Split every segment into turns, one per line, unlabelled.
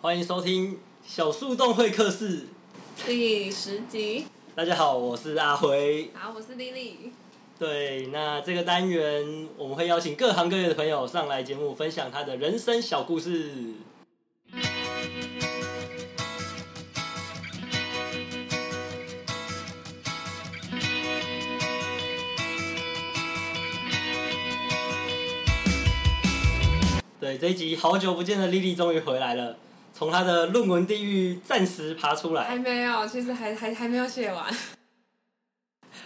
欢迎收听小树洞会客室。
第十集。
大家好，我是阿辉。
好，我是丽丽。
对，那这个单元我们会邀请各行各业的朋友上来节目，分享他的人生小故事。对，这一集好久不见的莉莉终于回来了，从她的论文地狱暂时爬出来。
还没有，其实还还还没有写完。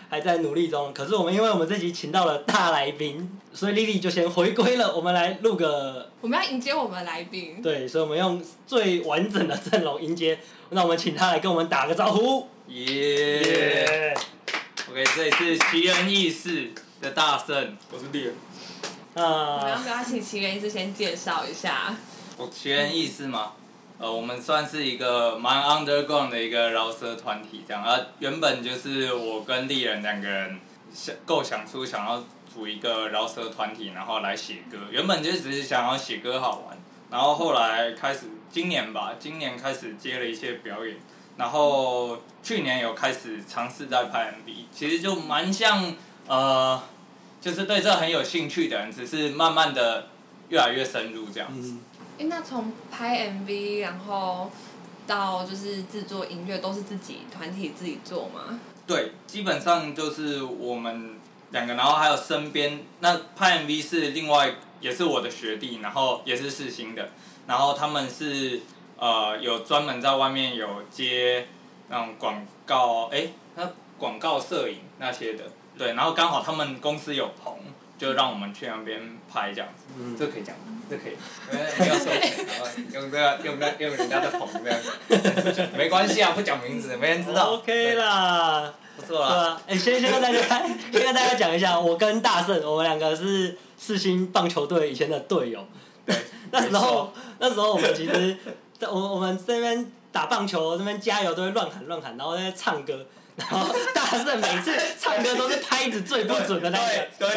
还在努力中。可是我们因为我们这集请到了大来宾，所以莉莉就先回归了。我们来录个
我们要迎接我们的来宾。
对，所以我们用最完整的阵容迎接。那我们请他来跟我们打个招呼。
耶、OK，这里是奇人异事的大圣，我是猎人。
我们要
啊
不，要请奇人医师先介绍一下？
我奇人异事嘛，呃，我们算是一个蛮 underground 的一个饶舌团体，这样。啊，原本就是我跟猎人两个人想构想出想要组一个饶舌团体，然后来写歌。原本就只是想要写歌好玩，然后后来开始今年吧，今年开始接了一些表演，然后去年有开始尝试在拍 MV，其实就蛮像呃，就是对这很有兴趣的人，只是慢慢的越来越深入这样子。
嗯，
诶那从拍 MV，然后到就是制作音乐，都是自己团体自己做吗？
对，基本上就是我们两个，然后还有身边那拍 MV 是另外也是我的学弟，然后也是世新的，然后他们是呃有专门在外面有接那种广告，哎，那广告摄影那些的，对，然后刚好他们公司有棚，就让我们去那边拍这样子，
嗯
这可以讲吗，这可以，没有收钱，然后用这个用那用人家的棚这样子，没关系啊，不讲名字，没人知
嗯
道
OK 啦，
不
对
错啦。
啊，哎、先先跟大家 先跟大家讲一下，我跟大圣，我们两个是世新棒球队以前的队友。
对，
那时
没
候
错
那时候我们其实，在我我们这边打棒球，这边加油都会乱喊乱喊，然后在唱歌，然后大圣每次唱歌都是拍子最不准的那个，
对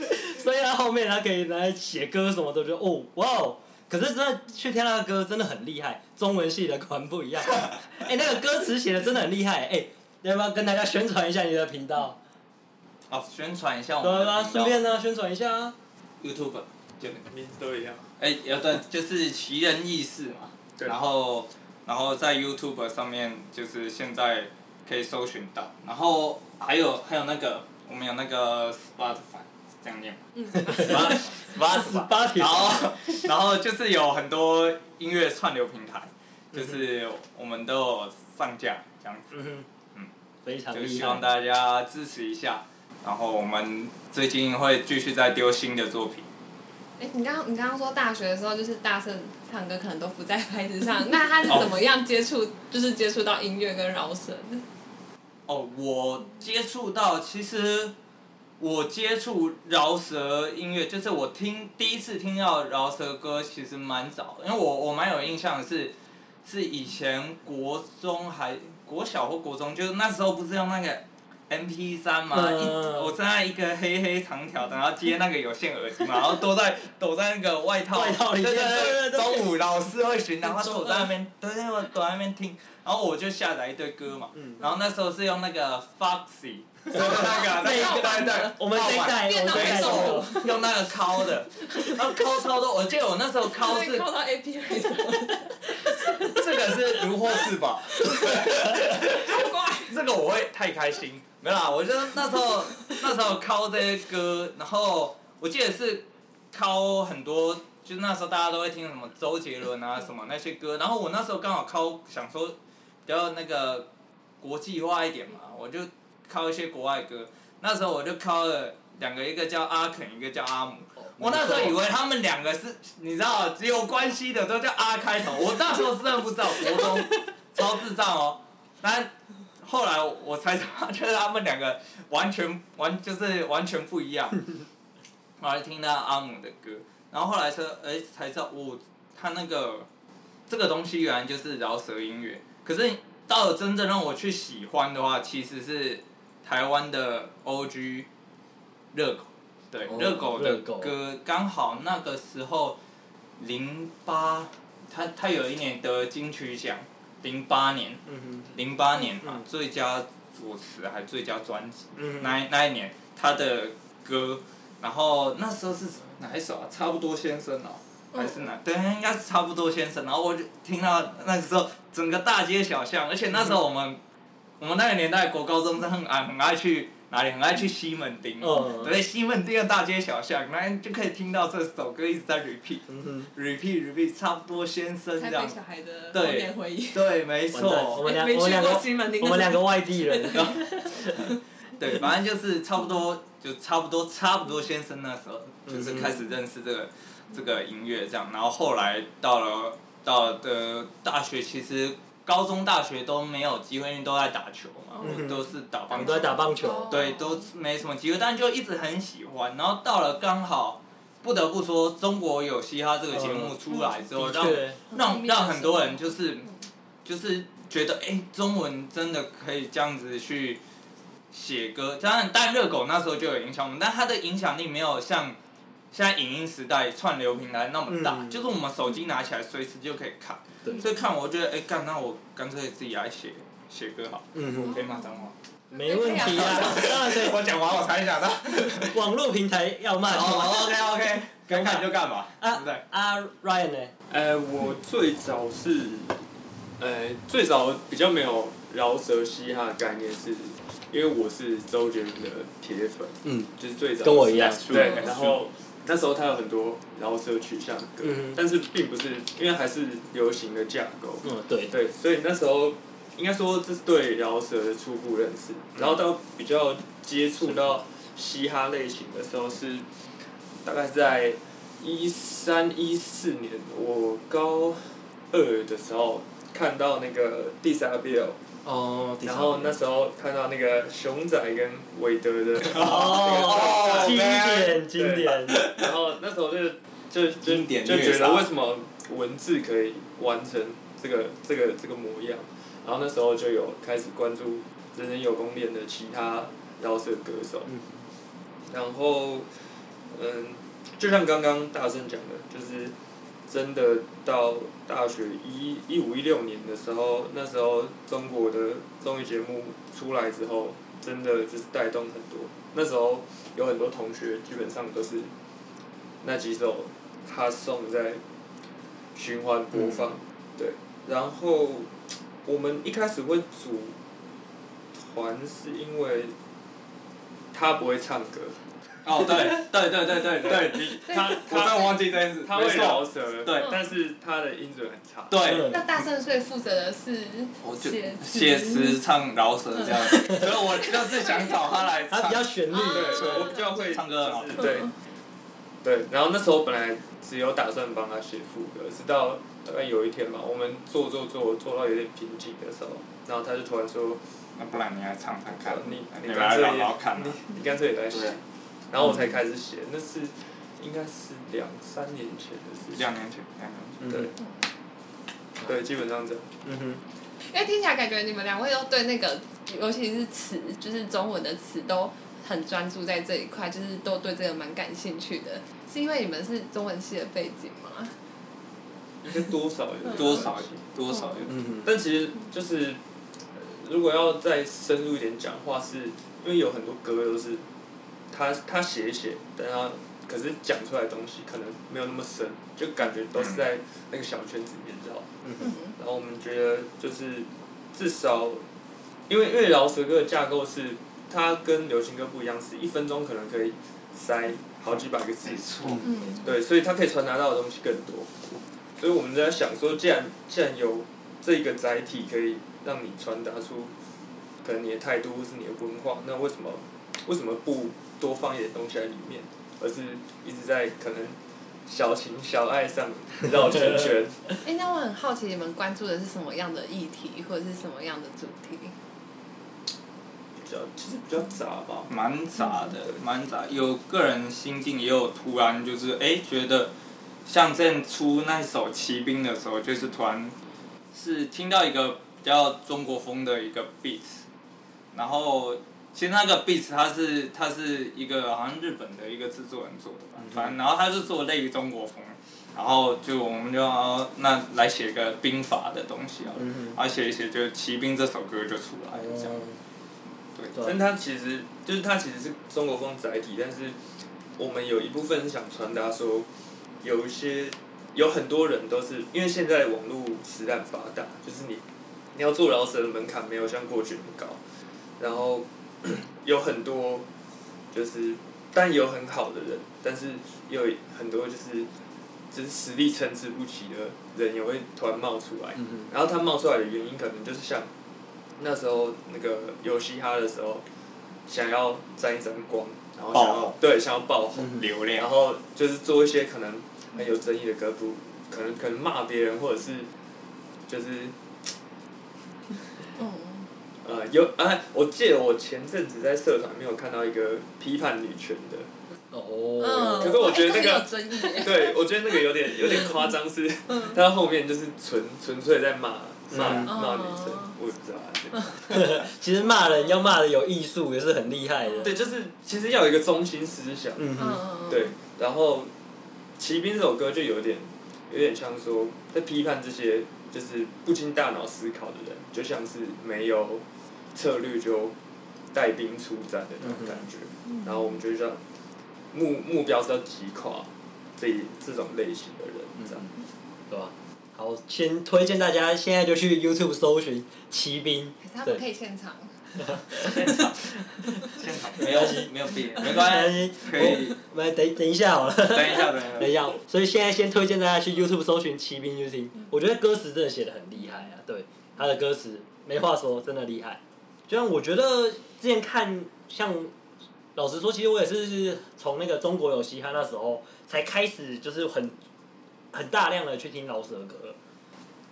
对，
所以他后面他可以来写歌什么都觉得哦哇哦。可是真的去听他的歌真的很厉害，中文系的果然不一样。哎、那个歌词写的真的很厉害、哎、要不要跟大家宣传一下你的频道？
好，宣传一下我
对
们
啊，
的
顺便呢宣传一下啊。
YouTube 就
名字都一样。
哎、有的就是奇人异事嘛，
对
然后然后在 YouTube 上面就是现在可以搜寻到，然后还有还有那个我们有那个 Spotify 这样念吗
嗯，
Spotify
八铁
然后然后就是有很多音乐串流平台，就是我们都有上架这样子。
嗯哼，
嗯
非常
就
厉
希望
害。
大家支持一下。然后我们最近会继续再丢新的作品。
哎、你刚刚你刚刚说大学的时候，就是大圣唱歌可能都不在拍子 上，那他是怎么样接触，就是接触到音乐跟饶舌的？
哦，我接触到，其实我接触饶舌音乐，就是我听第一次听到饶舌歌，其实蛮早的，因为我我蛮有印象的是，是以前国中还国小或国中，就是那时候不是用那个 M P 三嘛，
嗯
一我站在一个黑黑长条的，然后接那个有线耳机嘛，然后躲在躲在那个外套
外套里面
对对
对对 对
对，中午老师会巡，然 后
中
躲在那边，对对，我躲在那边听，然后我就下载一堆歌嘛。
嗯，
然后那时候是用那个 Foxy，就是那个
对
那个那个
我们这一代，我
电
们
脑
这一代
没中毒
都
用用那个敲的，然后敲超多。我记得我那时候敲
就是
哦是
靠到 A P I 上，
这个是如获至宝，
超怪。
这个我会太开心。没啦，我就那时候那时候敲这些歌，然后我记得是敲很多，就是那时候大家都会听什么周杰伦啊什么那些歌，然后我那时候刚好敲想说比较那个国际化一点嘛，我就敲一些国外歌。那时候我就敲了两个，一个叫阿肯，一个叫阿姆。我那时候以为他们两个是，你知道有关系的都叫阿开头，我那时候真的不知道，国中超智障哦。但后来我才知道，就是他们两个完全完就是完全不一样。然后就听到阿姆的歌，然后后来才哎、才知道，我、他那个这个东西原来就是饶舌音乐。可是到了真正让我去喜欢的话，其实是台湾的 OG 热狗，对
哦
热、狗
热
的
狗
歌，刚好那个时候零八他他有一年得金曲奖，零八年，
嗯
零八年嘛、
嗯
最佳作词还最佳专辑，
嗯
那一那一年他的歌，然后那时候是哪一首啊？差不多先生哦。还是哪？对，应该是差不多先生。然后我就听到那个时候，整个大街小巷，而且那时候我们，我们那个年代国高中生很爱很爱去哪里？很爱去西门町。
嗯
对，西门町的大街小巷，那就可以听到这首歌一直在 repeat。
嗯哼，
repeat repeat 差不多先生
台
这
北
样，
小孩的
对
童年回忆。
对，没
完蛋我
错，
们两
没
我们
去
两
过
个
西门町，
我们两个外地人，
对，反正就是差不多，就差不多，差不多先生那时候就是
嗯哼
开始认识这个这个音乐这样，然后后来到了到的大学，其实高中大学都没有机会，因为都在打球嘛，
嗯哼
都是打
我
棒
们
球
都在，打棒球
哦，
对，都没什么机会，但就一直很喜欢，然后到了刚好。不得不说，中国有嘻哈这个节目出来之后，
的
让
嗯确，
让让很多人就是就是觉得，哎、中文真的可以这样子去写歌。当然，但热狗那时候就有影响我们，但它的影响力没有像现在影音时代串流平台那么大。
嗯
就是我们手机拿起来随时就可以看，
对
嗯
所以看我觉得，哎、干，那我干脆自己来写写歌好，
嗯哼，
可以骂脏 话。
没问题啊，当然可以，
哎我讲完我才 想到，
网络平台要骂就骂
哦，OK OK，该干就干嘛，对不对？
啊，Ryan 呢？
呃，我最早是，呃，最早比较没有饶舌嘻哈的概念是，因为我是周杰伦的铁粉，
嗯，
就是最早
跟我一样
对，
嗯
然后那时候他有很多饶舌取向的歌，
嗯哼
但是并不是因为还是流行的架构，
嗯，对，
对，所以那时候应该说这是对饶舌的初步认识，然后到比较接触到嘻哈类型的时候是大概在一三一四年，我高二的时候看到那个 d i s a b i l
哦，
然后那时候看到那个熊仔跟韦德的，
哦，经典经典，
然后那时候就就就
经典
就
虐
觉
杀
得为什么文字可以完成这个这个这个模样，然后那时候就有开始关注人人有功练的其他饶舌歌手，
嗯
然后嗯，就像刚刚大圣讲的，就是真的到大学一一五一六年的时候，那时候中国的综艺节目出来之后，真的就是带动很多。那时候有很多同学基本上都是那几首他送在循环播放，对。然后我们一开始会组团是因为他不会唱歌，
哦，对对对对对对，
对，你他
嗯
我真的
他
忘记这件事，
他
没
会
错
饶舌，
对
但是他的音准很差。
嗯对。
那大圣所以负责的是
我就
写嗯
写词唱饶舌这样子，所以我就是想找他来
它
唱
比较旋律，
对，
啊
我比较会
唱歌很好
就
听
是对，对。然后那时候本来只有打算帮他写副歌，直到大概有一天吧，我们做做做做到有点瓶颈的时候，然后他就突然说
那不然你来唱唱看，
你
你
你
来
干脆
饶饶看啊。：“
你干脆也来写
对。”
然后我才开始写，那是应该是两三年前的事情。
两嗯年前，两年前。
对，对，基本上这样。
嗯哼，
因为听起来感觉你们两位都对那个，尤其是词，就是中文的词都很专注在这一块，就是都对这个蛮感兴趣的。是因为你们是中文系的背景吗？
应该多少有
多少多少有？
嗯
但其实就是，呃如果要再深入一点讲话是，因为有很多歌都是他他写一写，但他可是讲出来的东西可能没有那么深，就感觉都是在那个小圈子里面绕。
嗯，
然后我们觉得就是至少，因为因为饶舌歌的架构是它跟流行歌不一样，是一分钟可能可以塞好几百个字。
错
嗯
对，所以它可以传达到的东西更多。所以我们在想说，既然既然有这个载体可以让你传达出可能你的态度或是你的文化，那为什么为什么不多放一点东西在里面，而是一直在可能小情小爱上绕圈圈？
哎、那我很好奇，你们关注的是什么样的议题，或者是什么样的主题？
比较其实比较杂吧。
蛮杂的，
嗯
蛮杂。有个人心境，也有突然就是哎、觉得，像之前出那首《骑兵》的时候，就是突然是听到一个比较中国风的一个 beat，然后其实那个 Beats 它是它是一个好像日本的一个制作人做的吧
嗯，哼
反正然后他是做类于中国风，然后就我们就哦那来写个兵法的东西啊，
嗯哼
然后写一写就《骑兵》这首歌就出
哎
来了，这样
对
对。
但它其实就是它其实是中国风载体，但是我们有一部分是想传达说，有一些有很多人都是因为现在网络时代发达，就是你你要做饶舌的门槛没有像过去那么高，然后 有很多就是但有很好的人，但是也有很多就是只是实力参差不齐的人也会突然冒出来，
嗯哼
然后他冒出来的原因可能就是像那时候那个有嘻哈的时候，想要沾一沾光，然后想
爆
要
红
对想要爆红，
嗯
流
然
量，
后就是做一些可能很有争议的歌，不可能可能骂别人或者是就是
哦
嗯，
呃有啊，我记得我前阵子在社团没有看到一个批判女权的，
哦，
嗯，
可是我觉得那个
哎这很有争议耶。
对，我觉得那个有点有点夸张，是他后面就是纯纯粹在骂骂
嗯
骂女生
哦，
我也不知道啊。对
其实骂人要骂的有艺术，也是很厉害的。
对，就是其实要有一个中心思想，
嗯
嗯
哼，
嗯，嗯
对，，然后《骑兵》这首歌就有点有点像说在批判这些就是不经大脑思考的人，就像是没有策略就带兵出战的那种感觉。
嗯
然后我们就叫目目标是要击垮这一这种类型的人，这样。
对吧？好，先推荐大家现在就去 YouTube 搜寻骑兵
可是他，们可
对，
以现场，
现场现场没有没有别人，没关 系，
系
可以
我们等等一下好了。
等一下等一下
等一下，所以现在先推荐大家去 YouTube 搜寻骑兵就听，我觉得歌词真的写的很厉害啊，对，他的歌词没话说，真的厉害。就像我觉得之前看，像老实说，其实我也是从那个中国有嘻哈那时候才开始，就是很很大量的去听饶舌歌，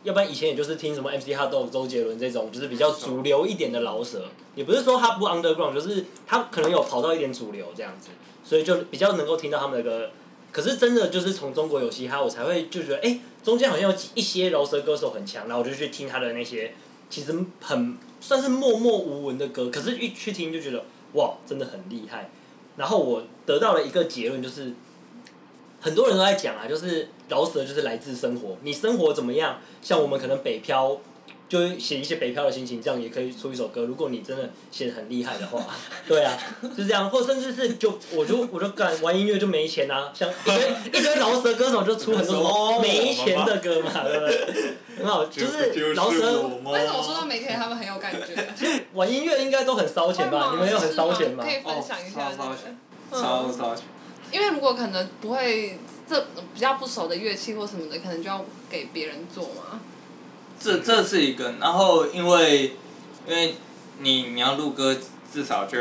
要不然以前也就是听什么 MC h o t d o 周杰伦这种，就是比较主流一点的饶舌，也不是说他不 underground，就是他可能有跑到一点主流这样子，所以就比较能够听到他们的歌。可是真的就是从中国有嘻哈，我才会就觉得，哎、中间好像有一些饶舌歌手很强，然后我就去听他的那些，其实很算是默默无闻的歌，可是一去听就觉得，哇，真的很厉害。然后我得到了一个结论，就是很多人都在讲啊，就是饶舌就是来自生活，你生活怎么样？像我们可能北漂，就写一些北漂的心情，这样也可以出一首歌。如果你真的写的很厉害的话， 对啊，就这样，或甚至是就我就我就敢玩音乐就没钱啊，像一堆一堆饶舌歌手就出很多什 么没钱的歌嘛，对不对？很好，就是饶舌
为什么说到没钱，他们很有感 觉？
玩音乐应该都很烧钱
会
吧
吗？
你们有很烧钱吗
是？可以分享一下
哦
那
烧烧
个
钱。超
嗯，
超强，
因为如果可能不会这比较不熟的乐器或什么的，可能就要给别人做嘛。
这这是一个，然后因为因为你你要录歌，至少就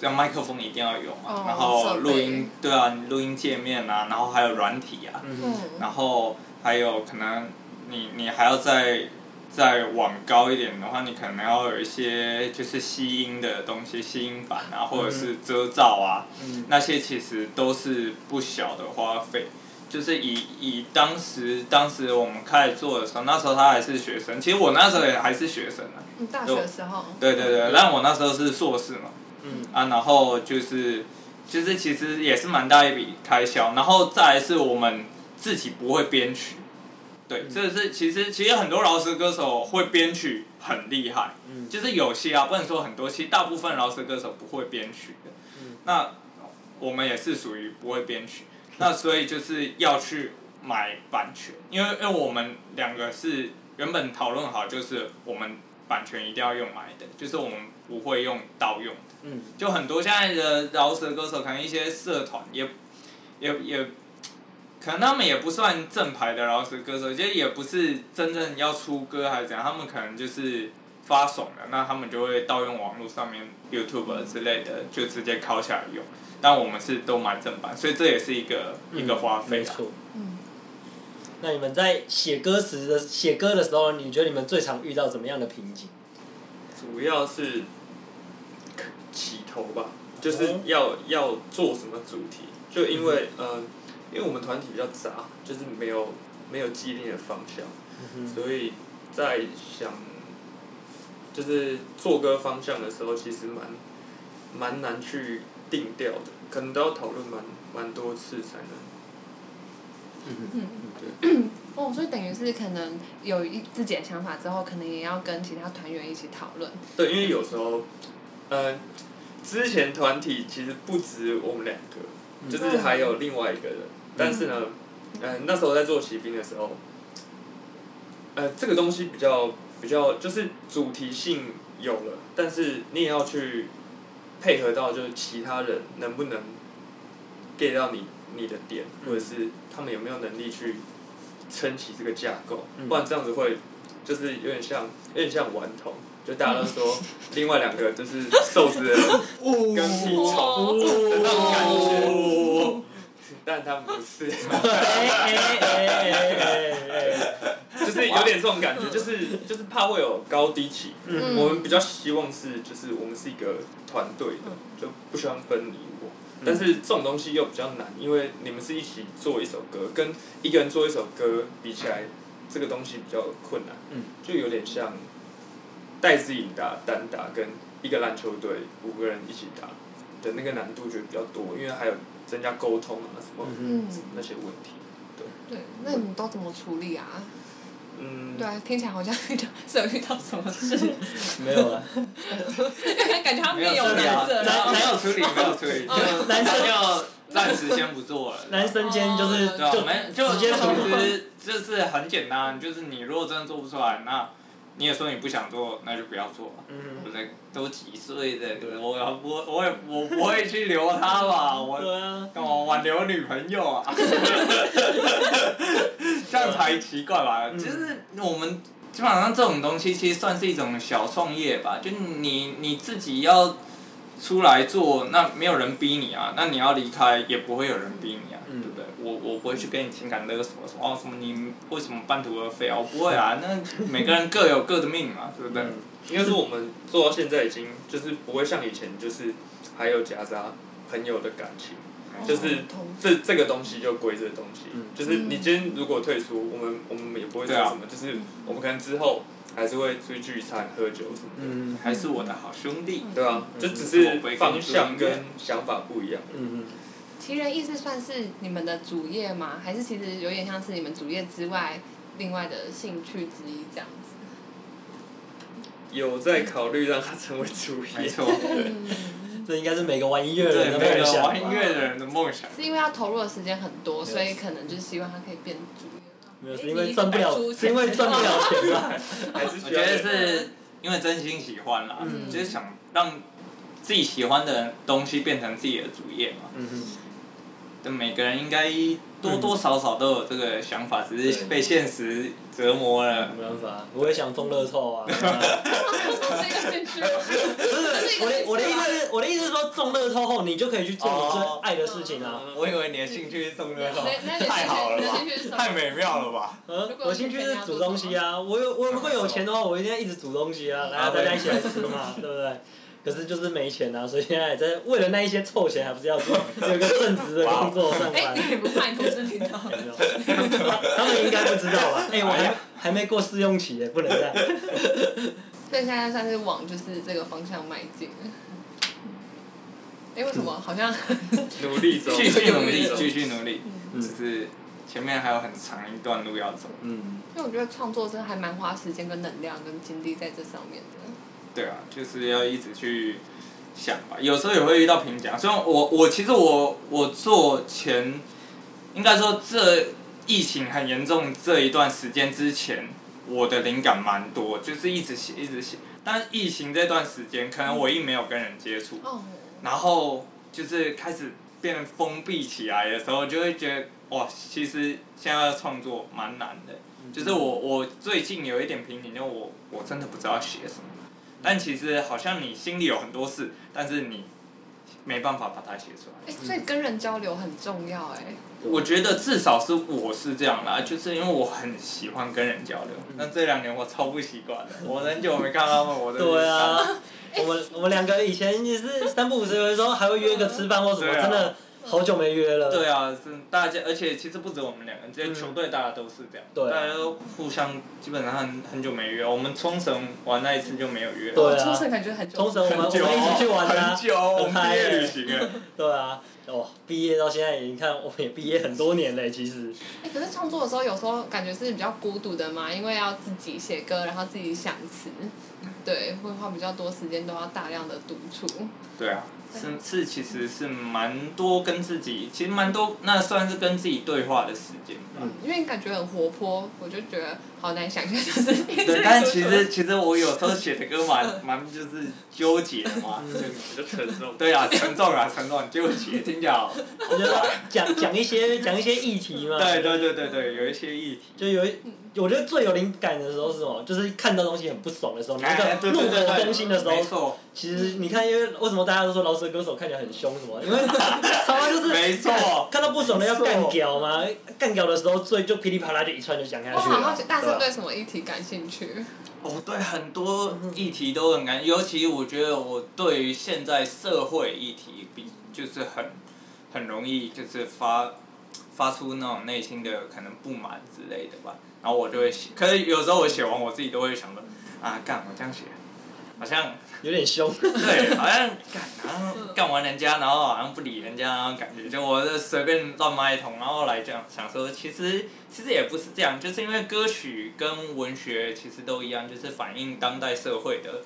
要麦克风一定要有嘛，
哦
然后
设备
录音对啊，你录音界面啊，然后还有软体啊，
嗯，
然后还有可能你你还要再再往高一点的话，你可能要有一些就是吸音的东西，吸音板啊，或者是遮罩啊，
嗯
那些其实都是不小的花费。就是以以当时当时我们开始做的时候，那时候他还是学生，其实我那时候也还是学生啊。
你嗯大学的时候，
对对对，但我那时候是硕士嘛，
嗯
啊，然后就是就是其实也是蛮大一笔开销，然后再来是我们自己不会编曲，对，这是其实其实很多饶舌歌手会编曲很厉害，
嗯
就是有些啊，不能说很多，其实大部分饶舌歌手不会编曲的，
嗯
那我们也是属于不会编曲，那所以就是要去买版权，因为因为我们两个是原本讨论好，就是我们版权一定要用买的，就是我们不会用盗用。
嗯
就很多现在的饶舌歌手，可能一些社团也也也，可能他们也不算正牌的饶舌歌手，就也不是真正要出歌还是怎样，他们可能就是发怂了，那他们就会盗用网络上面 YouTube 之类的，就直接拷下来用。但我们是都买正版，所以这也是一个、一个花费
没
啊。
错。
嗯，
那你们在写歌词的写歌的时候，你觉得你们最常遇到怎么样的瓶颈？
主要是起头吧，就是要要做什么主题，就因为呃，因为我们团体比较杂，就是没有没有既定的方向，
嗯
所以在想就是做歌方向的时候，其实蛮蛮难去定调的，可能都要讨论蛮蛮多次才能。
哦，所以等于是可能有一自己的想法之后，可能也要跟其他团员一起讨论。
对，因为有时候，呃，之前团体其实不止我们两个，就是还有另外一个人，但是呢，呃，那时候在做骑兵的时候，呃，这个东西比较比较就是主题性有了，但是你也要去配合到就是其他人能不能 get 到你你的点，或者是他们有没有能力去撑起这个架构，
嗯
不然这样子会就是有点像有点像顽童，就大家都说另外两个就是瘦子的人
哦
跟屁虫的那种感觉，但他们不是。
哎哎哎哎哎哎！
就是有点这种感觉，就是就是怕会有高低起伏。
嗯
我们比较希望是，就是我们是一个团队
嗯
的，就不喜欢分离我。但是这种东西又比较难，因为你们是一起做一首歌，跟一个人做一首歌比起来，这个东西比较困难。
嗯，
就有点像带子引打、单打跟一个篮球队五个人一起打的那个难度就比较多，因为还有增加沟通啊什么
嗯，
那些问题。
对，那你们都怎么处理啊？
嗯，
对啊，听起来好像遇到 是有遇到什么事，
没有啊，
感觉他
没
面
有
有
处理
难
啊，
色。
然后
没有处理，没有处理，就
男生
就暂时先不做了。
男生间就是
哦
对啊，我
就
们就
直接
其
从
实就是很简单，就是你如果真的做不出来，那你也说你不想做，那就不要做。
嗯，
对不对？都几岁的，我要不我也我不会去留他吧，我
对啊，
干嘛挽留女朋友啊？ 这样才奇怪吧？
嗯
就是我们基本上这种东西其实算是一种小创业吧，就你你自己要出来做，那没有人逼你啊，那你要离开也不会有人逼你啊，
嗯
对不对？我我不会去跟你情感勒索，说哦什么你为什么半途而废啊？我不会啊，
嗯
那每个人各有各的命嘛，对不对？
应该是我们做到现在已经就是不会像以前就是还有夹杂朋友的感情，就是这这个东西就归这个东西，
嗯
就是你今天如果退出，我们我们也不会说
对啊
什么，就是我们可能之后还是会出去聚餐喝酒什么的，
嗯
还是我的好兄弟。
对啊，
嗯
就只
我
是
不会跟
方向
你说
跟想法不一样，
嗯
奇人异事算是你们的主业吗？还是其实有点像是你们主业之外另外的兴趣之一这样子？
有在考虑让它成为主
没
业，
错，
嗯，这应该是每个玩音乐
对
人的
每
梦
个
想吧
玩音乐的人的梦想。
是因为要投入的时间很多，
Yes
所以可能就是希望它可以变主业。
没有，是因为赚不了，是因为赚不了钱吧？
还是
我
需
觉
要
得是因为真心喜欢啦，
嗯
就是想让自己喜欢的东西变成自己的主业嘛。
嗯哼，
但每个人应该多多少少都有这个想法，只是被现实折磨了。
没办法，啊我也想中乐透啊。
这是一个兴趣吗？
不是我的我的意思是，我的意思是说中乐透后你就可以去做你最
哦
爱的事情啊。
我以为你的兴趣是中乐透
那那你的兴趣，
太好了
你的
吧
兴趣是什，么
太美妙了吧！
嗯，我兴趣是煮东西啊。我有我如果
嗯
有钱的话，我一定要一直煮东西啊，然后大家一起来吃嘛，对不对？可是就是没钱啊，所以现在也在为了那一些臭钱，还不是要做有一个正职的工作上
哎，
班。
你不怕你同事听到？
有没有 他们应该不知道吧？哎、我还还没过试用期耶，不能这样。
所以现在算是往就是这个方向迈进了。哎，为什么好像？
努力中，
继续努力
中，
继续努力，
嗯
只是前面还有很长一段路要走。
嗯，
因为我觉得创作是还蛮花时间、跟能量、跟精力在这上面的。
对啊，就是要一直去想吧。有时候也会遇到瓶颈啊，虽然我我其实我我做前，应该说这疫情很严重这一段时间之前，我的灵感蛮多，就是一直写一直写。但疫情这段时间，可能我一没有跟人接触，
哦，
然后就是开始变得封闭起来的时候，就会觉得哇，其实现在要创作蛮难的。嗯就是我我最近有一点瓶颈，就我我真的不知道写什么。但其实好像你心里有很多事，但是你没办法把它写出
哎，
来。
所以跟人交流很重要哎。
我觉得至少是我是这样啦，就是因为我很喜欢跟人交流。
嗯
但这两年我超不习惯的，我很久没看到他们，我都
对啊 哎啊，我们我们两个以前也是三不五时，有的时候还会约个吃饭或什么，
对啊
真的好久没约了。
对啊，是大家，而且其实不止我们两个，这些
嗯
球队大家都是这样，
对啊
大家都互相基本上很很久没约，我们冲绳玩那一次就没有约，
对啊
出生感觉很久。
冲绳我们我
很久
们一起去玩的啊
很久，我们
嗨欸
毕业旅行哎，
对啊，哦，毕业到现在已经看，我们也毕业很多年嘞，其实。
哎、可是创作的时候有时候感觉是比较孤独的嘛，因为要自己写歌，然后自己想词，对，会花比较多时间，都要大量的独处。
对啊，是是其实是蛮多跟自己，其实蛮多，那算是跟自己对话的时间吧。
嗯，因为感觉很活泼，我就觉得好难想象，就是一直
对，但
独
其
处
实其实我有时候写的歌蛮蛮就是纠结的嘛，
比较沉重。
对啊，沉重啊，沉重，纠结，听起来 好。
我觉得讲讲一些讲一些议题嘛，
对对对对对，有一些议题。
就有一，我觉得最有灵感的时候是什么？就是看到东西很不爽的时候，那
哎
个
对
怒
对对
火
对
攻心的时
没
候，
错，
其实你看，因为为什么大家都说饶舌歌手看起来很凶什 么？因为 他妈就是
没错，
看到不爽的要
没错
干掉嘛，干掉的时候最就噼里啪啦就一串就讲下
我
去
好
了
好奇，大
对啊
圣
吧
对什么议题感兴趣？
我哦对很多议题都很感，尤其我觉得我对于现在社会议题比就是很很容易就是发发出那种内心的可能不满之类的吧。然后我就会写，可是有时候我写完我自己都会想说，啊，干我这样写，好像
有点凶。
对，好像干，然后干完人家，然后好像不理人家，然后感觉就我就随便乱骂一通，然后来讲想说，其实其实也不是这样，就是因为歌曲跟文学其实都一样，就是反映当代社会的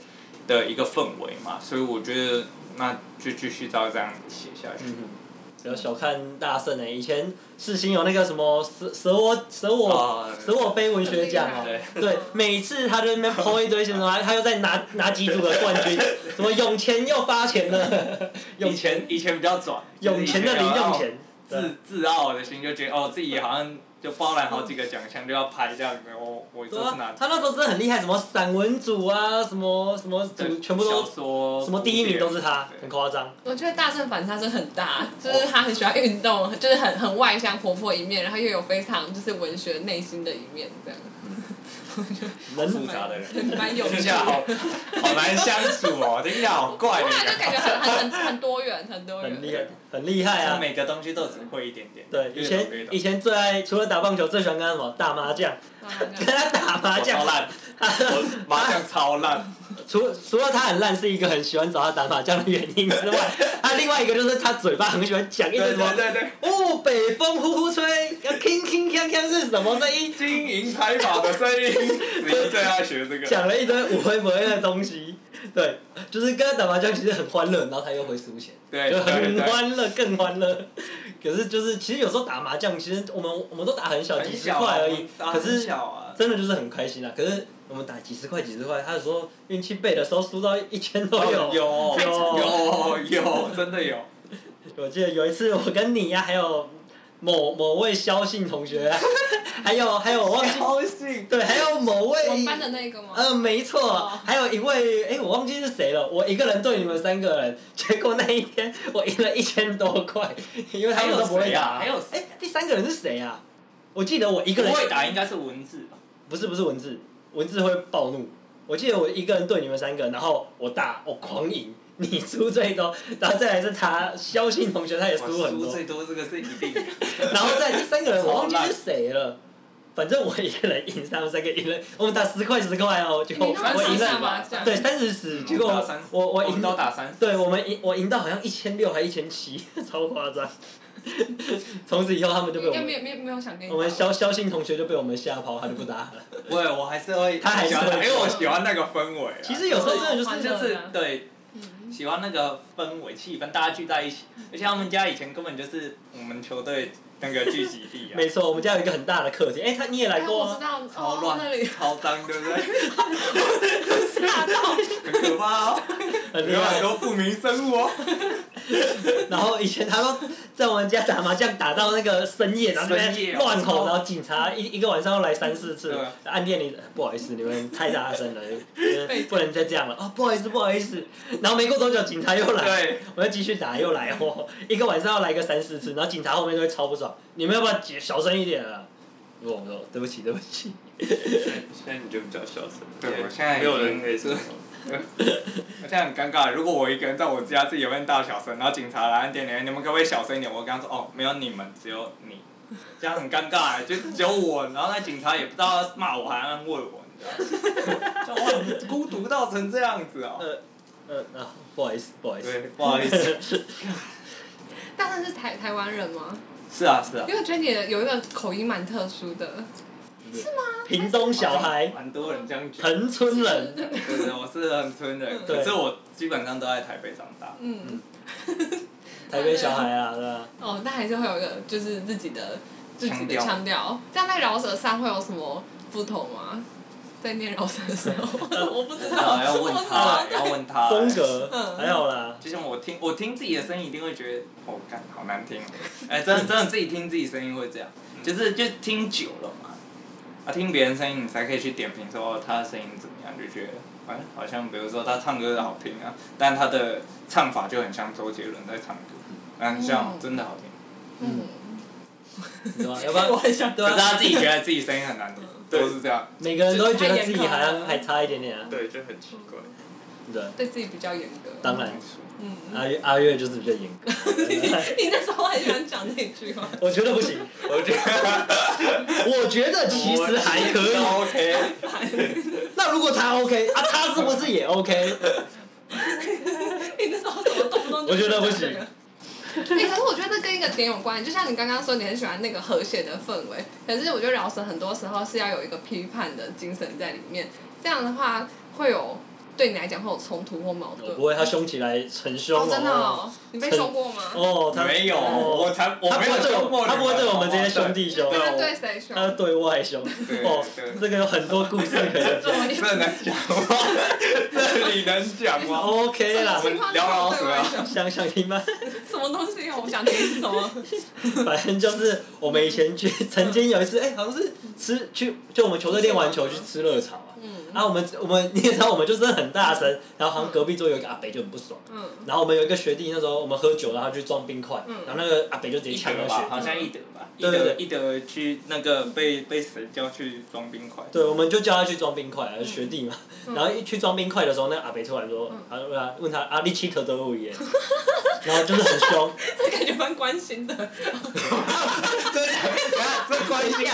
的一个氛围嘛，所以我觉得那就继续照这样子写下
嗯
去。
不要小看大圣哎、以前世新有那个什么舍舍我舍我
啊
舍我杯文学奖哦、
对
对，每次他就在那边抛一堆钱，然 后他又在拿拿几组的冠军，什么有钱又发钱 了，有
以前以前比较转，就是
有
以
钱
前
的零
比较
用钱，对
自自傲的心就觉得哦自己好像就包揽好几个奖项就要拍这样子，我我
对
这是拿
啊，他那时候真的很厉害，什么散文组啊，什么什么组，全部都
小说
什么第一名都是他
对，
很夸张。
我觉得大圣反差是很大，就是他很喜欢运动，就是很很外向活泼一面，然后又有非常就是文学内心的一面，这样
能
复杂的人，
蛮有
听
趣
起来
的。
好好难相处哦， 听起来好怪啊
后
的
啊来就感
感
觉很很很很多元，很多
啊很厉
元。
害，很厉
觉。
害
像
啊！
每个东西都只会一点点。
对，以
越懂越
前
懂
以前最爱除了打棒球，最喜欢跟他什么打麻将，
然后
跟
这样
他打麻
我
将
超，烂，我麻将超烂，
除除了他很烂是一个很喜欢找他打麻将的原因之 外，他另外一个就是他嘴巴很喜欢 讲一
对
堆什
对
么
对对，
哦，北风呼呼吹，要铿铿锵锵是什么声 音？
金银财宝的声 音，你最爱学这个。
讲了一堆无微不微的东西，对，就是跟他打麻将其实很欢乐，然后他又会输钱，
对
就
对
很
对，
欢乐，更欢乐。可是就是其实有时候打麻将，其实我们我们都打很小，几
很
十
小啊
块而已，
打
可
很
是
小啊。
真的就是很开心啊。可是我们打几十块几十块，他有时候运气背的时候输到一千都有。
哦有
太扯
有有，真的有。
我记得有一次我跟你呀、还有某某位萧姓同学、 啊，还有还有我忘记
兴，
对，还有某位
我们班的那个吗？
呃，没错
哦，
还有一位，哎、我忘记是谁了。我一个人对你们三个人， 结果那一天我赢了一千多块，因为他们都不会打。
还有
哎、
谁
第三个人是谁啊？我记得我一
不
个人
会打应该是文字吧？
不是不是文字，文字会暴怒。我记得我一个人对你们三个，然后我大我狂赢，你输最多，然后再来是他萧信同学，他也输
我
很
输
多，
最多这个是一定的。
然后再第三个人我忘记
好
是
烂
谁了。反正我一个人赢，他们三个赢了，我们打十块十块哦，结
你
果
那
我
么
赢
常
了
打麻将？
对，三十十，
嗯
结果
我们打三十
我我
我
赢
们
到，
都打三十，
对我们赢我赢到好像一千六还一千七， 超夸张。从此以后他们就被
应
我
该没
们
有没有没有想跟你
我们
打
肖肖信同学就被我们吓跑，他就不打了。
不会，我还是会，
他还是
喜欢
会
因为我喜欢那个氛围啊。
其实有时候真的就
欢
是
乐
就是
啊
对，
嗯
喜欢那个氛围气氛，大家聚在一起。而且他们家以前根本就是我们球队那个聚集地啊，
没错，我们家有一个很大的客厅，哎、他你也来
哎，
过
我知
啊？
道，
超
哦，那
乱、
里
超脏，对不对？
吓到。
很可怕 哦，
哎
很厉
有很
害。啊
多不明生物哦。
然后以前他都在我们家打麻将，打到那个深夜，然后在那
深夜
边
哦
乱吼，
超
然后警察一一个晚上要来三四次
对啊，
按店里不好意思，你们太大 声了，呃
被
不能再这样了哦，不好意思，不好意思。然后没过多久，警察又来，
对，
我要继续打，又来哦，一个晚上要来个三四次，然后警察后面就会超不爽，你们要不要解小声一点啊？我说对不起，对不起，
现在你就比较小声，
对
也
我现在已经
没有人可以说。
我现在很尴尬，如果我一个人在我家自己问大小声，然后警察来按电铃，你们可不可以小声一点？我刚说哦，没有你们，只有你，这样很尴尬，就只有我，然后那警察也不知道要骂我还安慰我，你知道吗？就我很孤独到成这样子哦。
呃呃啊，不好意思，不好意思，
对，
不好意思。
大圣是台台湾人吗？
是啊是啊
因，为我觉得你的有一个口音蛮特殊的，
是吗？屏东小孩，
蛮多人这样讲。
恒春人，
对对，我是很村人，
对
可是我基本上都在台北长大。
嗯，
台北小孩啊，对吧？
哦，那还是会有一个就是自己的自己的
腔调
腔调。这样在饶舌上会有什么不同吗？在念饶舌的时候， 我不知道，
啊
要 问
我
他，
不知道
要问他
风。格
嗯
还好啦，
就像我听我听自己的声音，一定会觉得哦，干好难听。哎、真的真的自己听自己声音会这样，就是就听久了嘛，啊，听别人声音你才可以去点评说哦他的声音怎么样，就觉得哎、好像比如说他唱歌好听啊，但他的唱法就很像周杰伦在唱歌，嗯，像
嗯
真的好听。
嗯，
对吧？要不然
我很想
对啊嗯
可是
吧？
他自己觉得自己声音很难听，都是这样。
每个人都会觉
太
得
严
自己
苛
好像
了
还差一点点啊，
对，就很奇怪。
对。
对自己比较严格。
当然，
嗯，
阿月阿月就是比较严格，
你那时候很喜欢讲这句话，
我觉得不行，
我觉得
我觉得其实还可以。
OK。
那如果他 OK 啊，他是不是也
哦
OK？
你那时候怎么动不动就
我觉得不
讲这
行
个。欸可是我觉得这跟一个点有关，就像你刚刚说，你很喜欢那个和谐的氛围。可是我觉得饶舌很多时候是要有一个批判的精神在里面，这样的话会有对你来讲会有冲突或矛盾
我。不会，他凶起来很凶
哦，真的哦，你被
很
凶过吗？
哦，他
没有，
哦
我才我
他
没
不
有
会对
凶
我，
过啊
他不会对我们这些兄
弟。
弟凶，哦
那对谁凶？
他对外凶。
对
哦
对，
这个有很多故事可以讲。
么
这能讲吗？这里能讲吗？
哦 OK 啦
我，们聊老鼠啊
想想听吧，
什么东西啊？我想听是什么？
反正就是我们以前去，曾经有一次，哎、好像是吃去，就我们球队练完球去吃热炒啊。
嗯
啊，我们我们你也知道，我们就是很大声，然后好像隔壁桌有一个阿北就很不爽，
嗯，
然后我们有一个学弟那时候我们喝酒，然后他去撞冰块，
嗯
然后那个阿北就直接
一
抢那
德
个
吧，
学
好
弟，
像一德吧，一
对对
德
对
一德去那个被被谁叫去装冰块？
对，我们就叫他去装冰块啊，学弟嘛。
嗯
然后一去装冰块的时候，那个阿北突然说，他问他问他啊，你七头都无耶，然后就是很凶，
这感觉蛮关 心的。
这这关心的点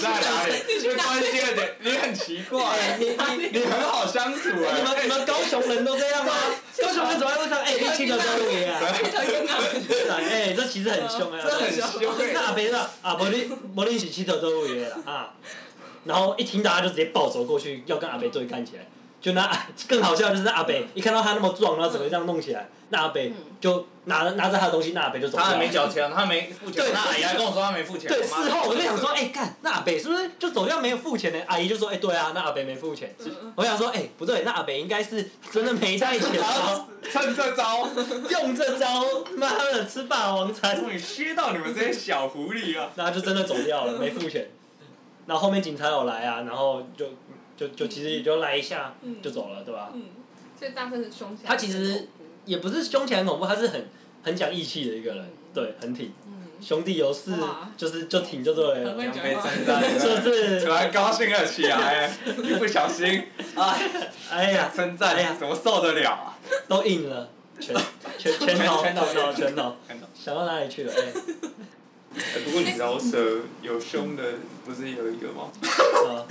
在哪里？这关心的点，你很奇怪，
你你
你很好相 处
你们你
哎。
们高雄人都这样吗？高雄人怎么会说哎，你七头都无耶啊？ 是啊哎，这其实很凶
这
哎
很。 凶
那阿
哎！
北说啊，无你无你是七头都无耶啦啊。然后一听大家就直接暴走过去，要跟阿北对干起来。就拿更好笑的就是那阿北一看到他那么壮，然后整个这样弄起来，那阿北
嗯
就拿拿着他的东西，那阿北就走
他
掉
还
了
没。缴钱，他没付钱，
对
那阿姨还跟我说他没付钱。
对，
妈
事后我就想说，哎、干，那阿北是不是就走掉没有付钱呢？阿姨就说，哎、对啊，那阿北没付钱。我想说，哎、不对，那阿北应该是真的没带 钱，然后
趁这招，
用这招，妈的吃霸王餐，
终于削到你们这些小狐狸了。
然后就真的走掉 了，没付钱。然后后面警察有来啊，然后就就就其实也就来一下
嗯
就走了，对吧？
嗯，所以大声是凶起来。
他其实也不是凶起来很恐怖，他是很很讲义气的一个人，对，很挺。
嗯，
兄弟有事
哇
就是就挺就对
很
了
会，
两倍称
就
赞，突
是
然高兴了起来，一不小心，哎，
哎呀，
称
哎呀
赞怎么受得了啊？
都硬了，拳拳拳头拳
拳头
头拳头，
看到
想到哪里去了？哎、
哎不过你饶舌有凶的，不是有一个吗？
啊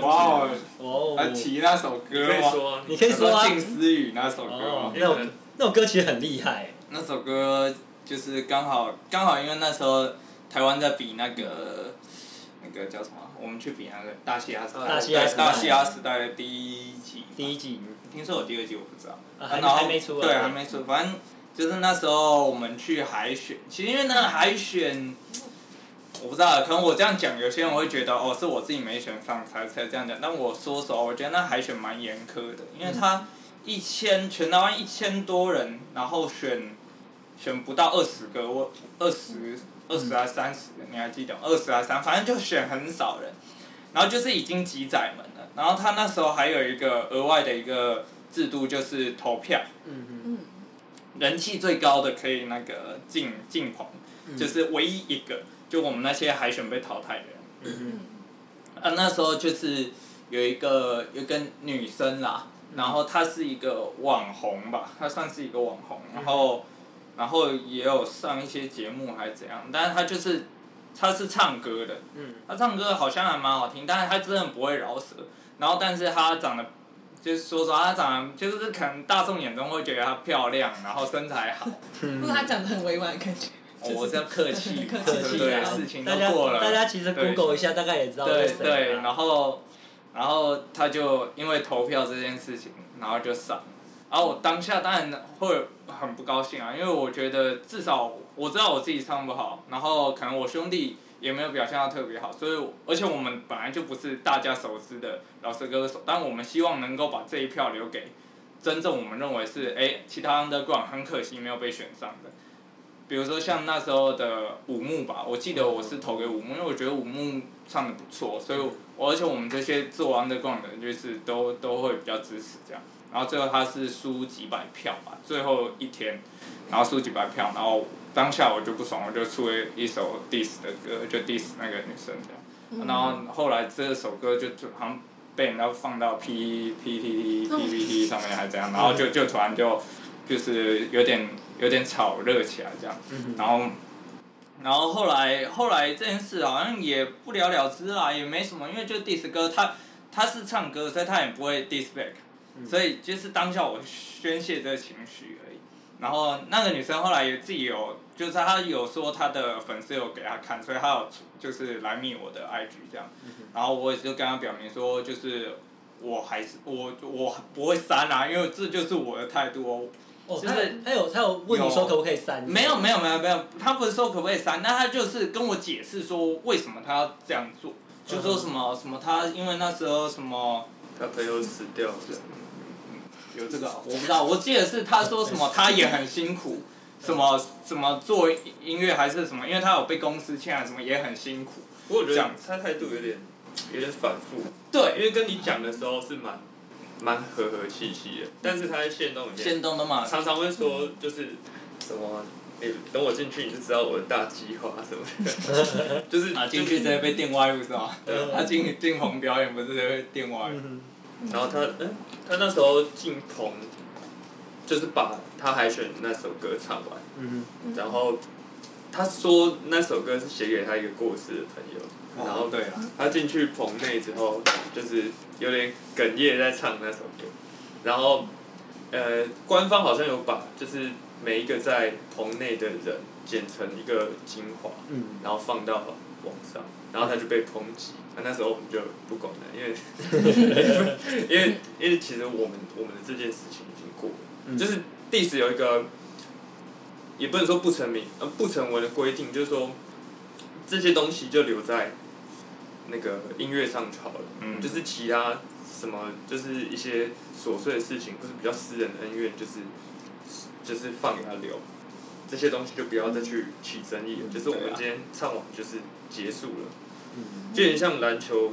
哇哦，
哦，
还提那首歌
可以
吗？
说啊，
你可以说啊
静思语那首歌
哦
吗，？
那
啊
种那种歌其实很厉害、
那首歌就是刚好刚好，因为那时候台湾在比那个那个叫什么，我们去比那个大西洋时代，
大西洋时代
对大西洋时代的第一集，
第一季，
听说有第二集我不知道，
啊
啊
还没
然后
还没出啊
对，还没出，反正就是那时候我们去海选，其实因为那个海选，我不知道，可能我这样讲，有些人会觉得哦是我自己没选上才才这样讲，但我说实话，我觉得那海选蛮严苛的，因为他一千全台湾一千多人，然后选选不到二十个，我二十二十还三十，你还记得二十还三，反正就选很少人。然后就是已经挤窄门了，然后他那时候还有一个额外的一个制度，就是投票，
嗯
嗯
人气最高的可以那个进进棚，就是唯一一个，就我们那些海选被淘汰的人。
嗯
嗯
呃啊，那时候就是有一个有一个女生啦，然后他是一个网红吧，他算是一个网红，然后然后也有上一些节目还是怎样，但是他就是他是唱歌的，
嗯，
他唱歌好像还蛮好听，但是他真的不会饶舌，然后但是他长得。就是说实话，他长得就是可能大众眼中会觉得她漂亮，然后身 材好，
不过他讲的很委婉，感觉。
哦我这样客气，
客
客
对不
气
对？
啊
事情都
大家
过了，
大家其实
对
Google 一下，大概也知道
对
是谁啊
对，然后然后他就因为投票这件事情，然后就上。然后我当下当然会很不高兴啊，因为我觉得至少我知道我自己唱不好，然后可能我兄弟也没有表现到特别好，所以我而且我们本来就不是大家熟知的老师歌手，但我们希望能够把这一票留给真正我们认为是哎其他 underground 很可惜没有被选上的，比如说像那时候的五木吧，我记得我是投给五木，因为我觉得五木唱的不错，所以我而且我们这些做 underground 的人就是都都会比较支持这样。然后最后他是输几百票吧，最后一天，然后输几百票，然后当下我就不爽，我就出了一首 diss 的歌，就 diss 那个女生这样。然后后来这首歌就突好像被人家放到 P P T T P P T 上面还是怎样，然后就就突然就就是有点有点炒热起来这样，
嗯
然后然后后来后来这件事好像也不了了之啦，也没什么，因为就 diss 歌，他他是唱歌，所以他也不会 diss back，、所以就是当下我宣泄这个情绪而已。然后那个女生后来也自己有，就是她有说她的粉丝有给她看，所以她有就是来密我的 IG 这样，然后我也就跟她表明说，就是我还是我我不会删啊，因为这就是我的态度哦。
哦，
就
他
是
他有他有问你说可不可以删？
没有没有没有没有，他不是说可不可以删，那他就是跟我解释说为什么他要这样做，就说什么什么他因为那时候什么
他朋友死掉了，
有这个啊我不知道，我记得是他说什么他也很辛苦，什么什么做音乐还是什么，因为他有被公司欠啊什么也很辛苦，
不过我觉
这
得
样
他态度有点有点反复，因
对，
为跟你讲的时候是蛮蛮和和气气的，但是他在线动里面
先动的嘛，
常常会说就是什么，你等我进去你就知道我的大计划什么 的，就是
啊进去直接被电歪不是吗？
对
他进进棚表演不是直接被电歪？
嗯
然后他，嗯，他那时候进棚，就是把他海选那首歌唱完，
嗯
然后他说那首歌是写给他一个过世的朋友，
哦
然后
对啊，
他进去棚内之后，就是有点哽咽在唱那首歌，然后呃，官方好像有把就是每一个在棚内的人剪成一个精华，
嗯，
然后放到网上，然后他就被抨击。那、那时候我们就不管了，因为 因为因为其实我们我们的这件事情已经过了，
嗯
就是历史有一个，也不能说不成名呃不成文的规定，就是说这些东西就留在那个音乐上就好了，
嗯
就是其他什么就是一些琐碎的事情，或是比较私人的恩怨，就是就是放给他留。这些东西就不要再去起争议了，就是我们
对啊
今天唱完就是结束了，
嗯
就有点像篮球，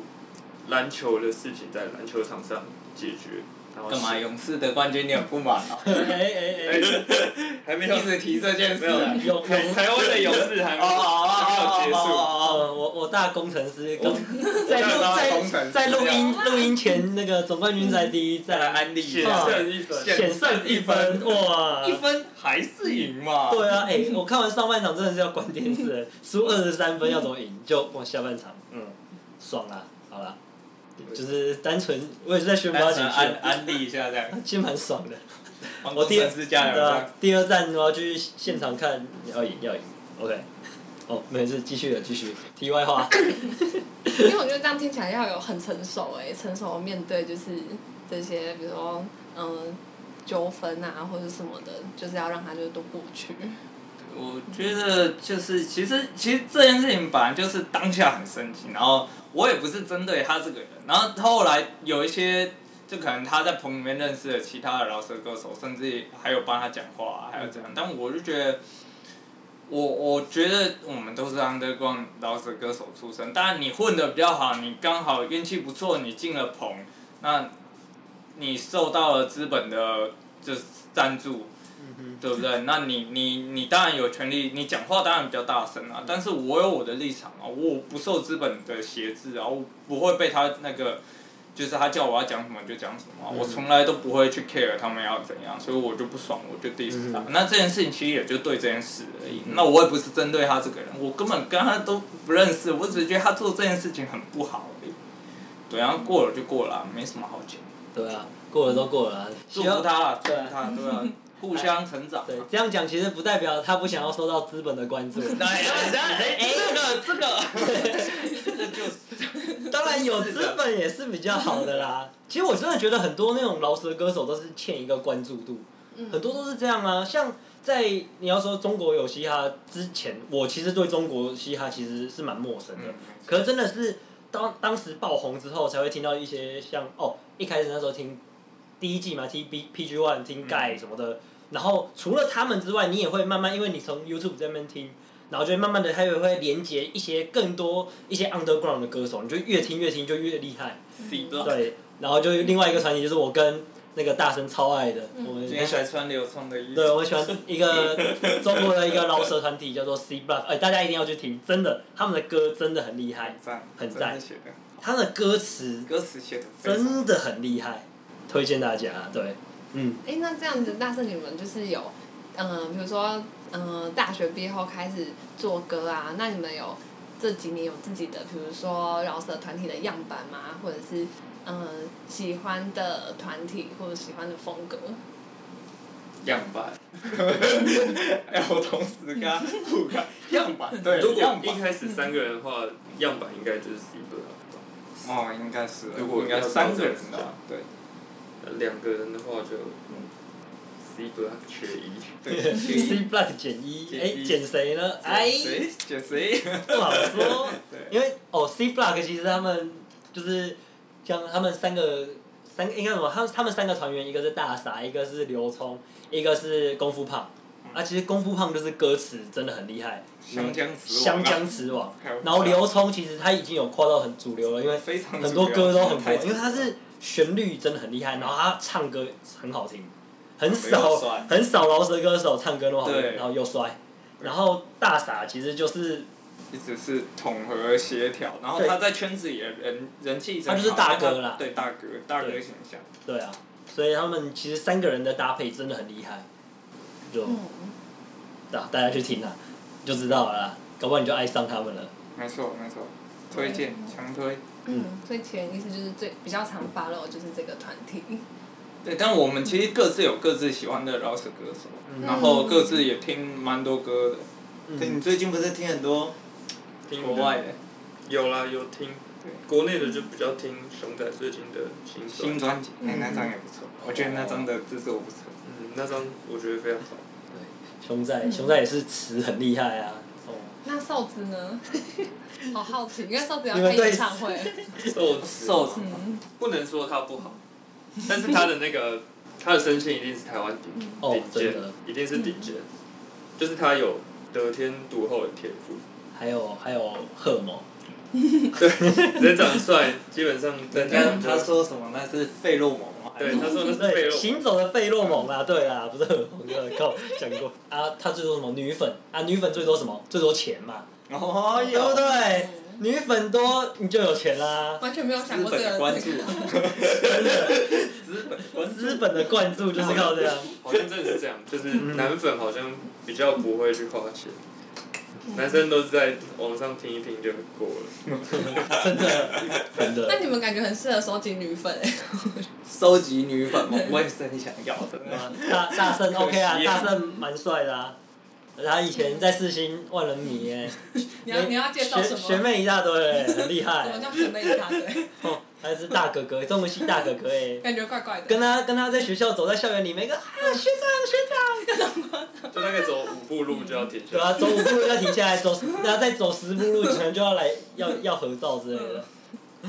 篮球的事情在篮球场上解决，然后
干嘛勇士的冠军你很不满啊？
哎哎
哎
哎，
还没有
一直提这件事
没有
啊
啦。
有有
台台湾的勇士还没有
哦
还没有结束，
呃，我我大工程师刚
嗯
在
我大
录
工程
在在
师
录音录音前那个总冠军赛第一
再来
战，
安利一
险
下
啊，
胜一分，
险胜一分，哇！
一分还是赢嘛。
对啊，哎，我看完上半场真的是要关电视，输二十三分要怎么赢？就往下半场，嗯，爽啦，好啦，就是单纯我也是在宣发
单
情
纯安
绪，
安利一下这样。
其实蛮爽的。
我第二次加油
对
这
啊
样。，
第二站我要去现场看，要赢要赢，OK。哦，没事，继续了，继续。题外 话，
因为我觉得这样听起来要有很成熟哎、成熟地面对就是这些，比如说嗯纠纷啊或者什么的，就是要让它就都过去。
我觉得就是其实其实这件事情本来就是当下很生气，然后我也不是针对他这个人，然后后来有一些。就可能他在棚里面认识了其他的饶舌歌手，甚至还有帮他讲话、啊，还有怎样。但我就觉得，我我觉得我们都是 underground 饶舌歌手出身，当然你混的比较好，你刚好运气不错，你进了棚，那你受到了资本的就是赞助，
嗯
对不对？那你你你当然有权利，你讲话当然比较大声
嗯
啊，但是我有我的立场啊，我不受资本的挟制啊，我不会被他那个。就是他叫我要讲什么就讲什么啊、
嗯
我从来都不会去 care 他们要怎样，所以我就不爽，我就 diss 他。
嗯
那这件事情其实也就对这件事而已。那我也不是针对他这个人，我根本跟他都不认识，我只是觉得他做这件事情很不好而已。对，然后过了就过了啊、没什么好讲。
对啊，过了都过了啊，
祝
希
福
望
他啦，祝
对
福他，对啊，互相成长。
对这样讲其实不代表他不想要受到资本的关 注。
对，哎，这个这个，这个就是
当然有资本也是比较好的 啦。其实我真的觉得很多那种饶舌歌手都是欠一个关注度，
嗯
很多都是这样啊。像在你要说中国有嘻哈之前，我其实对中国嘻哈其实是蛮陌生的。
嗯
可是真的是当当时爆红之后，才会听到一些像哦，一开始那时候听第一季嘛，听 B P G One，听
嗯
Guy 什么的。然后除了他们之外，你也会慢慢，因为你从 YouTube 这边听，然后就会慢慢的，它也会连接一些更多一些 underground 的歌手，你就越听越听就越厉害。
C block。
对，然后就另外一个传奇就是我跟那个大神超爱的，
嗯
我们
今天喜欢穿流畅的衣服。
对，我喜欢一个中国的一个饶舌团体叫做 C Block，哎、大家一定要去听，真的，他们的歌真的很厉害。
赞，
很赞
真的写的，
他的歌词
歌词写的
真的很厉害，推荐大家。对，嗯，
哎、那这样子，大圣你们就是有，嗯、比如说，嗯、大学毕业后开始做歌啊，那你们有这几年有自己的，比如说饶舌团体的样板吗？或者是嗯、呃喜欢的团体或者喜欢的风格？
样板。哎，我同时跟他互看样板， 对
如果
样
一
板。
开始三个人的话，样板应该就是 C 本吧。
哦，应该是，
如果
应该
要
三
照
个
这
人
样子
的啊，对
那两个人的话就嗯 C 本缺一。
对。
C Block 减一，
减
哎，
一
减谁呢？哎，
谁选谁？
不好 说，
对，
因为哦，C Block 其实他们就是像他们三个三个应该怎么？他们他们三个团员，一个是大傻，一个是刘聪，一个是功夫胖。啊，其实功夫胖就是歌词真的很厉害，
嗯湘江词王
湘
啊。
江词王。
开玩笑
然后刘聪其实他已经有跨到很主流了，因为
非常
很多歌都很
开
火，，因为他是旋律真的很厉害，然后他唱歌很好听，很
又
少
帅
很少饶舌歌手唱歌那么好听，
对
然后又帅，
对
然后大傻其实就是
一直是统合协调，然后
对
他在圈子里的人人气真
他就是
好
大哥啦
对大哥大哥
对
形象。
对啊，所以他们其实三个人的搭配真的很厉害，就
嗯，
大大家去听啦，就知道了啦，搞不好你就爱上他们了。
没错没错，推荐强推。
嗯
嗯，所以前意思就是最比较常发漏就是这个团体。
对，但我们其实各自有各自喜欢的饶舌歌手，
嗯
然后各自也听蛮多歌的。对，
嗯，
最近不是听很多
听
国外的
有啦，有听
对。
国内的就比较听熊仔最近的新
新
专，
专辑？哎，
嗯
那张也不错，我觉得那张的制作不错。
嗯，那张我觉得非常好。
熊仔
嗯
熊仔也是词很厉害啊，哦，
那瘦子呢？ 好好奇，因为瘦子要
你们
开
对
演唱会。
瘦子
瘦 子
嗯，
不能说他不好，但是他的那个他的声线一定是台湾顶
哦
顶尖
真的，
一定是顶尖，就是他有得天独厚的天赋。
还有还有贺某，
人长得帅，基本上在
你
台湾
看
就
他说什么？那是费洛蒙吗？
对他说的是费
对，
洛蒙，
行走的费洛蒙啦，对啊啦，不是荷蒙，对靠，讲过啊，他最多什么女粉啊，女粉最多什么？最多钱嘛，
哦
对不
哟，
对？女粉多你就有钱啦，
完全没有想
资
过这
本
个
关
这
注
个。，
资
资本关注。
本的灌注就是靠这样。
好像真的是这样，就是男粉好像比较不会去花钱，男生都是在网上听一听就过了。
真的，真
那
的。
你们感觉很适合收集女粉哎、
收集女粉吗？我也是很想要的。
大大圣
可惜
OK 啊，
啊
大圣蛮帅的啊，他以前在世新万人迷哎，
你要你要介绍
学
什
学
么？
妹一大堆欸，很厉
什么
害。
叫学妹一大堆？
哦，他是大哥哥，中文系大哥哥哎，
感觉怪怪的。
跟他跟他在学校走在校园里面，一个啊学长学长，
就大概走五步路就要停下
对
来
啊，。走五步路要停下来，走 然后再走十步路，可能就要来要要合照之类的。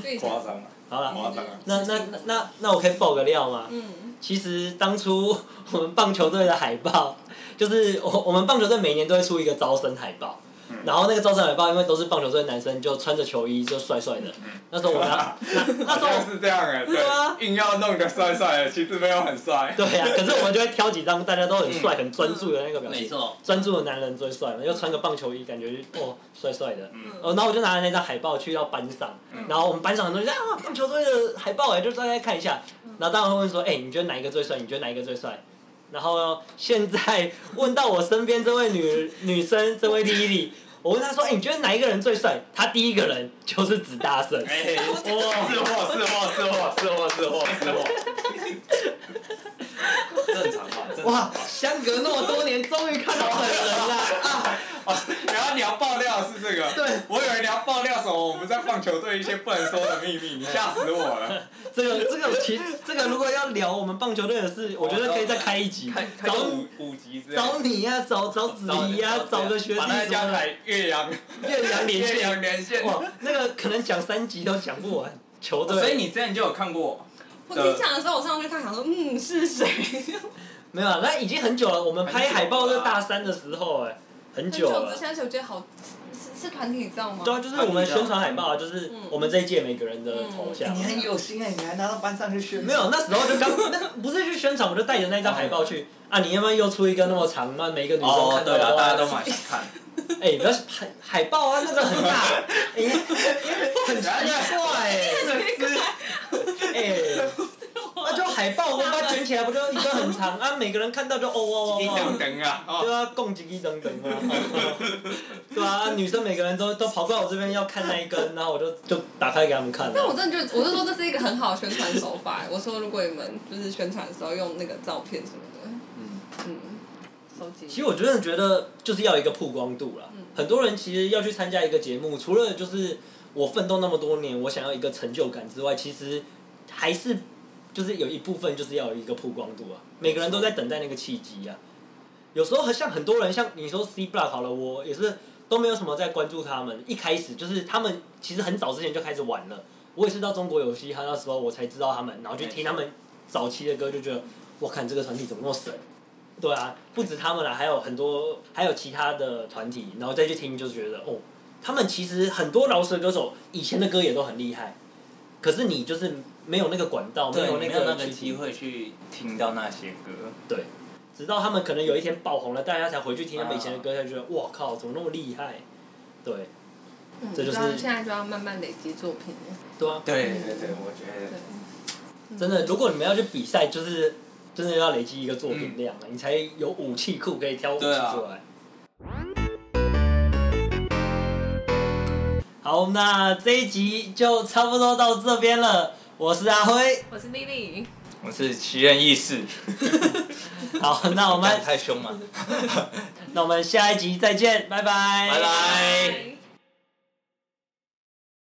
对
夸张了，
好了，
夸张了。
那那那那我可以爆个料吗？
嗯，
其实当初我们棒球队的海报， 就是我我们棒球队每年都会出一个招生海报，
嗯
然后那个招生海报因为都是棒球队的男生，就穿着球衣就帅帅的。那时候我拿那那时候
好像是这样哎，
对
对。
啊，
欸硬要弄个帅帅的，其实没有很帅。
对呀、可是我们就会挑几张大家都很帅、很专注的那个表
没
情。
错，
专注的男人最帅嘛，又穿个棒球衣，感觉就哦帅帅的。
嗯
哦，然后我就拿了那张海报去到班上，
嗯
然后我们班上很多人就说啊棒球队的海报哎，就大家看一下
嗯。
然后当然会问说，哎、你觉得哪一个最帅？你觉得哪一个最帅？然后现在问到我身边这位女 女生，这位 Lily，我问她说，哎、你觉得哪一个人最帅？她第一个人就是子大 圣。
哎，是货是货是货是货是啊货是货，
正常吧？正常
哇，相隔那么多年，终于看到本人了啊！
然后你要爆料是这个，
对，
我以为你要爆料什么我们在棒球队一些不能说的秘密，你吓死我了。
这个这个其这个如果要聊我们棒球队的事，我觉得可以再开一集
开，开
找
个五五级之类的，
找你呀、找找子怡呀、
找
啊
啊
找个学弟
把那
什
家
么的，
台岳阳
岳阳连
岳
线，
阳连线，
哇， 那个可能讲三集都讲不完。球队
所以你之前就有看过，
我听讲的时候，我上去看，想说，嗯，是谁？
没有啊，那已经很久了。我们拍海报是大三的时候、哎，很
很
久
久之
了。
前，而且我觉得好是是团体照吗？
对啊，就是我们宣传海报啊，就是
嗯
我们这一届每个人的头像。
你很有心哎，你还拿到班上去炫。
没有，那时候就刚，那不是去宣传，我就带着那一张海报去啊！你要不要又出一个那么长，那每一个女生
哦
看，到
对了，
啊
大家都蛮想 看，
哎，不要海海报啊，那个很大，哎，很奇怪哎， 哎，那就海报，我们把它卷起来，不就一个很长啊？每个人看到就哦哦
一
哦
等等啊，
哦，
哦，
对啊，供给一等等啊，对啊，女生每个人都都跑过来我这边要看那一根，然后我就就打开给他们看
但我
了。
真的觉得，我是说这是一个很好的宣传手法。欸我说如果你们就是宣传的时候用那个照片什么的，
嗯
嗯，收集。
其实我真的觉得就是要一个曝光度啦
嗯，
很多人其实要去参加一个节目，除了就是我奋斗那么多年，我想要一个成就感之外，其实还是就是有一部分就是要有一个曝光度啊，每个人都在等待那个契机啊。有时候很像很多人，像你说 C Block 好了，我也是都没有什么在关注他们。一开始就是他们其实很早之前就开始玩了，我也是到中国有嘻哈那时候我才知道他们，然后去听他们早期的歌，就觉得我看这个团体怎么那么神。对啊，不止他们啦，还有很多，还有其他的团体，然后再去听，就觉得哦，他们其实很多饶舌歌手以前的歌也都很厉害，可是你就是没有那个管道，
对，
有
没
那
有那
个
个
去
机
听，
会去听到那些歌，
对，直到他们可能有一天爆红了，大家才回去听他们以
啊
前的歌，才觉得哇靠，怎么那么厉害？对，
嗯
这就是
然后现在就要慢慢累积作品了。
对啊，
对
对对
我觉
对，
真的，如果你们要去比赛，就是真的要累积一个作品量了，啊你才有武器库可以挑武器出
对啊
来。好，那这一集就差不多到这边了。我是阿辉，
我是丽丽，
我是奇人异事，
好， 那我们
太凶了，
那我们下一集再见，拜拜，
拜拜。
拜。